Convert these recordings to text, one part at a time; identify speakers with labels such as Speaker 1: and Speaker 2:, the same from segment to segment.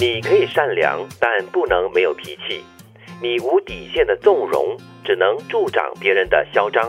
Speaker 1: 你可以善良，但不能没有脾气；你无底线的纵容，只能助长别人的嚣张。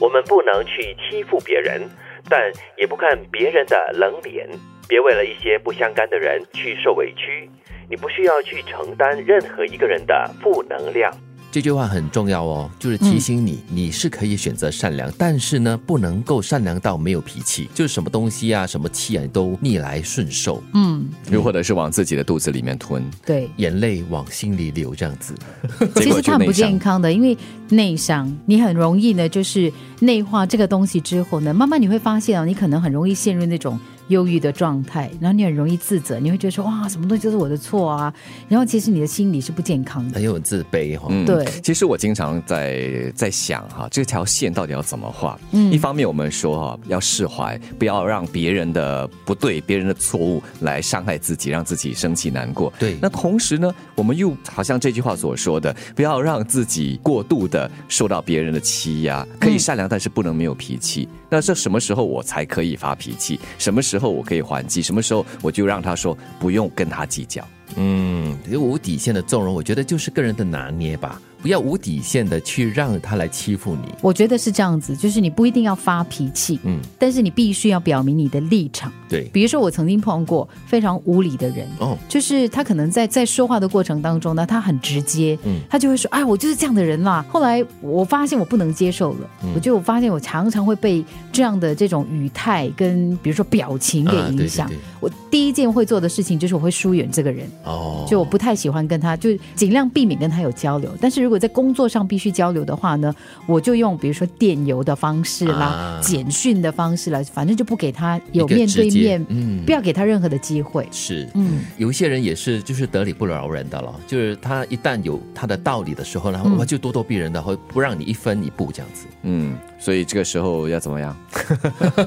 Speaker 1: 我们不能去欺负别人，但也不看别人的冷脸。别为了一些不相干的人去受委屈，你不需要去承担任何一个人的负能量。
Speaker 2: 这句话很重要哦，就是提醒你，
Speaker 3: 嗯
Speaker 2: 你是可以选择善良，但是呢，不能够善良到没有脾气，就是什么东西啊、什么气啊，你都逆来顺受，
Speaker 3: 嗯，
Speaker 4: 又或者是往自己的肚子里面吞，
Speaker 3: 对。
Speaker 2: 眼泪往心里流，这样子。
Speaker 4: 结
Speaker 3: 嗯其
Speaker 4: 果
Speaker 3: 实它
Speaker 4: 就
Speaker 3: 很
Speaker 4: 内
Speaker 3: 不
Speaker 4: 伤
Speaker 3: 健。康的，因为内伤，你很容易呢，就是内化这个东西之后呢，慢慢你会发现啊，你可能很容易陷入那种忧郁的状态，然后你很容易自责，你会觉得说哇，什么东西都是我的错啊，然后其实你的心理是不健康的
Speaker 4: 哎
Speaker 2: 很，有自卑哈、哦。
Speaker 4: 嗯
Speaker 3: 对
Speaker 4: 其实我经常在在想哈、这条线到底要怎么画？
Speaker 3: 嗯
Speaker 4: 一方面我们说哈、要释怀，不要让别人的不对、别人的错误来伤害自己，让自己生气难过。
Speaker 2: 对
Speaker 4: 那同时呢，我们又好像这句话所说的，不要让自己过度的受到别人的欺压，可
Speaker 3: 嗯
Speaker 4: 以善良，但是不能没有脾气。那这什么时候我才可以发脾气？什么时候我可以还击？什么时候我就让他说不用跟他计较？
Speaker 2: 嗯，这个无底线的纵容，我觉得就是个人的拿捏吧，不要无底线的去让他来欺负你。
Speaker 3: 我觉得是这样子，就是你不一定要发脾气，
Speaker 2: 嗯，
Speaker 3: 但是你必须要表明你的立场。
Speaker 2: 对，
Speaker 3: 比如说，我曾经碰过非常无理的人，
Speaker 2: 哦，
Speaker 3: 就是他可能在在说话的过程当中呢，他很直接，
Speaker 2: 嗯
Speaker 3: 他就会说，哎，我就是这样的人啦。后来我发现我不能接受了，
Speaker 2: 嗯
Speaker 3: 我就发现我常常会被这样的这种语态跟比如说表情给
Speaker 2: 啊对
Speaker 3: 影
Speaker 2: 对
Speaker 3: 响。
Speaker 2: 对
Speaker 3: 我第一件会做的事情就是我会疏远这个人，
Speaker 2: 哦，
Speaker 3: 就我不太喜欢跟他，就尽量避免跟他有交流。但是如果在工作上必须交流的话呢，我就用比如说电邮的方式啦、
Speaker 2: 啊
Speaker 3: 简讯的方式啦，反正就不给他有
Speaker 2: 一个
Speaker 3: 面
Speaker 2: 直
Speaker 3: 对
Speaker 2: 接
Speaker 3: 面，
Speaker 2: 嗯
Speaker 3: 不要给他任何的机会。
Speaker 2: 是，
Speaker 3: 嗯，
Speaker 2: 有一些人也是就是得理不饶人的了，就是他一旦有他的道理的时候，然后
Speaker 3: 嗯
Speaker 2: 我就咄咄逼人的，会不让你一分一步这样子。
Speaker 4: 嗯，所以这个时候要怎么样？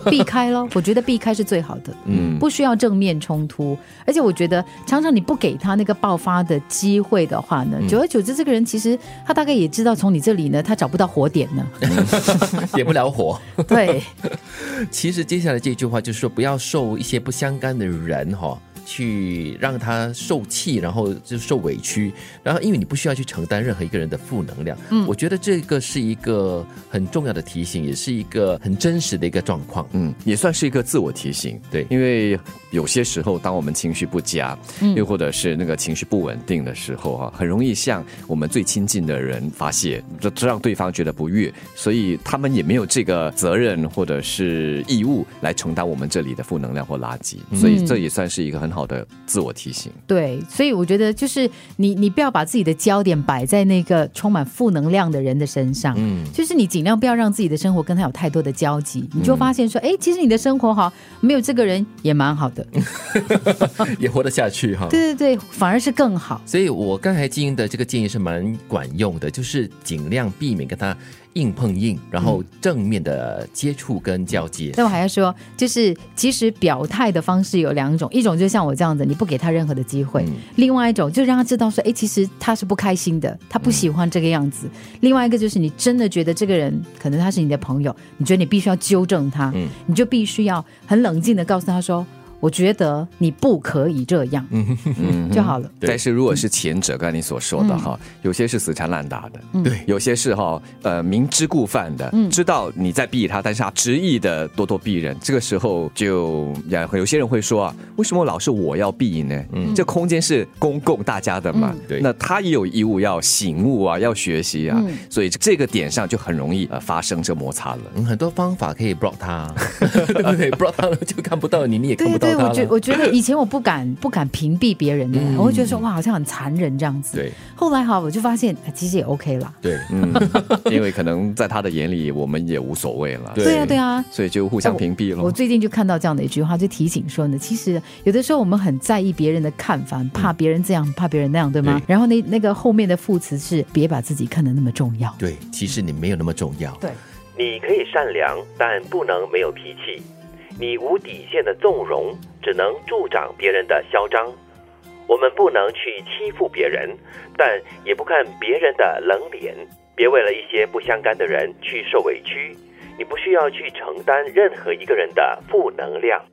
Speaker 3: 避开咯，我觉得避开是最好的，
Speaker 4: 嗯，
Speaker 3: 不需要正面冲突。而且我觉得，常常你不给他那个爆发的机会的话呢，久而久之，这个人其实他大概也知道从你这里呢，他找不到火点呢。
Speaker 2: 点不了火。
Speaker 3: 对，
Speaker 2: 其实接下来这句话就是说，不要受一些不相干的人哈、去让他受气，然后就受委屈，然后因为你不需要去承担任何一个人的负能量。嗯，我觉得这个是一个很重要的提醒，也是一个很真实的一个状况。
Speaker 4: 嗯，也算是一个自我提醒，
Speaker 2: 对
Speaker 4: 因为有些时候，当我们情绪不佳，
Speaker 2: 嗯
Speaker 4: 又或者是那个情绪不稳定的时候、啊，很容易向我们最亲近的人发泄，这这让对方觉得不悦，所以他们也没有这个责任或者是义务来承担我们这里的负能量或垃圾，
Speaker 2: 嗯
Speaker 4: 所以这也算是一个很好的自我提醒。
Speaker 3: 对，所以我觉得就是你，你不要把自己的焦点摆在那个充满负能量的人的身上，嗯，就是你尽量不要让自己的生活跟他有太多的交集，你就发现说，哎、其实你的生活哈，没有这个人也蛮好的，
Speaker 2: 也活得下去哈。
Speaker 3: 对对对，反而是更好。
Speaker 2: 所以我刚才金英的这个建议是蛮管用的，就是尽量避免跟他硬碰硬，然后正面的接触跟交接。
Speaker 3: 但我还要说，就是其实表态的方式有两种，一种就像我这样子，你不给他任何的机会；
Speaker 2: 嗯
Speaker 3: 另外一种就让他知道说，哎，其实他是不开心的，他
Speaker 2: 嗯
Speaker 3: 不喜欢这个样子。另外一个就是你真的觉得这个人可能他是你的朋友，你觉得你必须要纠正他，
Speaker 2: 嗯
Speaker 3: 你就必须要很冷静的告诉他说，我觉得你不可以这样，
Speaker 2: 嗯
Speaker 3: 就好了。
Speaker 2: 对
Speaker 4: 但是如果是前者，刚才你所说的哈，有些是死缠烂打的，
Speaker 2: 对
Speaker 4: 有些是哈呃明知故犯的，知道你在逼他，但是他执意的咄咄逼人，这个时候就呀，有些人会说啊，为什么老是我要逼呢？这空间是公共大家的嘛，
Speaker 2: 对
Speaker 4: 那他也有义务要醒悟啊，要学习啊，
Speaker 3: 嗯
Speaker 4: 所以这个点上就很容易呃发生这摩擦了。
Speaker 2: 嗯，很多方法可以 block 他， 对不对？block 他了就看不到你，你也看
Speaker 3: 对
Speaker 2: 不到
Speaker 3: 对，我
Speaker 2: 他
Speaker 3: 觉
Speaker 2: 了。嗯
Speaker 3: 我觉得以前我不敢不敢屏蔽别人的，我会觉得说哇，好像很残忍这样子。
Speaker 2: 对
Speaker 3: 后来哈，我就发现哎其实也 OK 啦。
Speaker 2: 对，
Speaker 4: 嗯，因为可能在他的眼里，我们也无所谓了，
Speaker 2: 对
Speaker 3: 对啊，对啊，
Speaker 4: 所以就互相屏蔽
Speaker 3: 我
Speaker 4: 了。
Speaker 3: 最近就看到这样的一句话，就提醒说呢，其实有的时候我们很在意别人的看法，很怕别人这样，很怕别人那样，对吗？然后那那个后面的副词是别把自己看得那么重要。
Speaker 2: 对，其实你没有那么重要。
Speaker 3: 对，
Speaker 1: 你可以善良，但不能没有脾气；你无底线的纵容，只能助长别人的嚣张。我们不能去欺负别人，但也不看别人的冷脸。别为了一些不相干的人去受委屈，你不需要去承担任何一个人的负能量。